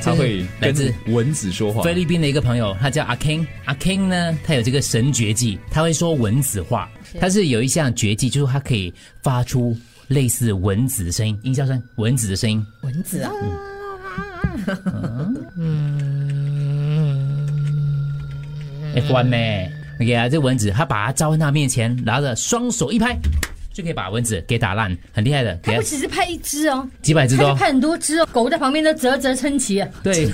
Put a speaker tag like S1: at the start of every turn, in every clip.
S1: 这
S2: 他会
S1: 是来自
S2: 跟蚊子说话。
S1: 菲律宾的一个朋友，他叫阿 King。阿 King 呢，他有这个神绝技，他会说蚊子话。他是有一项绝技，就是他可以发出类似蚊子的声音，音效声，蚊子的声音。
S3: 蚊子啊，
S4: 嗯
S1: F one 呢？OK 啊，这蚊子，他把它招到他面前，拿着双手一拍，就可以把蚊子给打烂，很厉害的。
S4: 他
S1: 给
S4: 不
S1: 它
S4: 只是拍一只哦，
S1: 几百只
S4: 他
S1: 都
S4: 就拍很多只哦，狗在旁边都啧啧称奇啊。
S1: 对，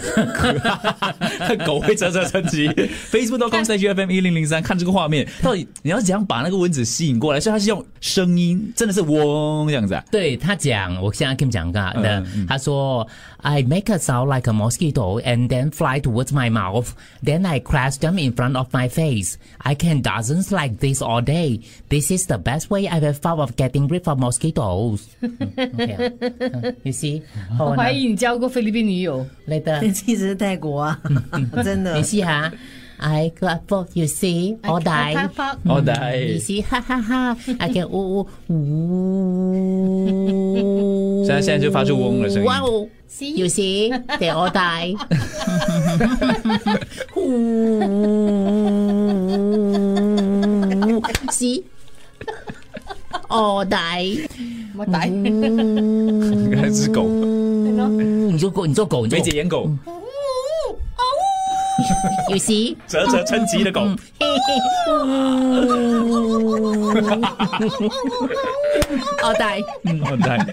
S2: 狗会啧啧称 奇。Facebook.com slash FM 一零零三，看这个画面，到底你要怎样把那个蚊子吸引过来？所以它是用声音，真的是嗡这样子啊。
S1: 对他讲，我现在跟你讲个的
S2: 嗯，
S1: 他说，I make a sound like a mosquito and then fly towards my mouth, then I crash them in front of my face. I can dozens like this all day. This is the best way I've found of getting rid of mosquitoes. 嗯，OK 啊嗯 You see,
S4: 我
S1: hold
S4: 怀
S1: on
S4: 疑你交过菲律宾女友，
S1: later.
S3: 一直是泰国啊， 真的
S1: 你。see 哈，I clap for you see or die，
S2: 好的，
S1: 你 see 哈哈哈，I can 呜呜呜，
S2: 现在 现在就发出嗡的声音
S1: 哇哦
S4: See
S1: ，you see they all die，呜，see all die，
S3: 我打
S2: 还 是狗，
S1: 嗯你做狗，你做狗，你
S2: 梅姐
S1: 做
S2: 演狗，
S1: 哦，you see。
S2: 啧啧称奇的狗。
S1: 嗯 all die，
S2: 嗯，很 呆。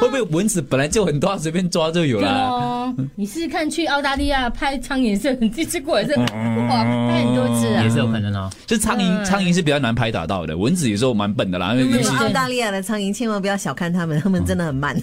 S2: 会不会蚊子本来就很多，随便抓就有
S4: 对
S2: 啦？
S4: 哦，你试试看去澳大利亚拍苍蝇是很这只过来是哇，拍很多只
S1: 也
S4: 啊。
S1: 是有可能 哦。
S2: 就苍蝇，苍蝇是比较难拍打到的，蚊子有时候蛮笨的啦，因为尤其
S3: 澳大利亚的苍蝇千万不要小看他们，他们真的很慢。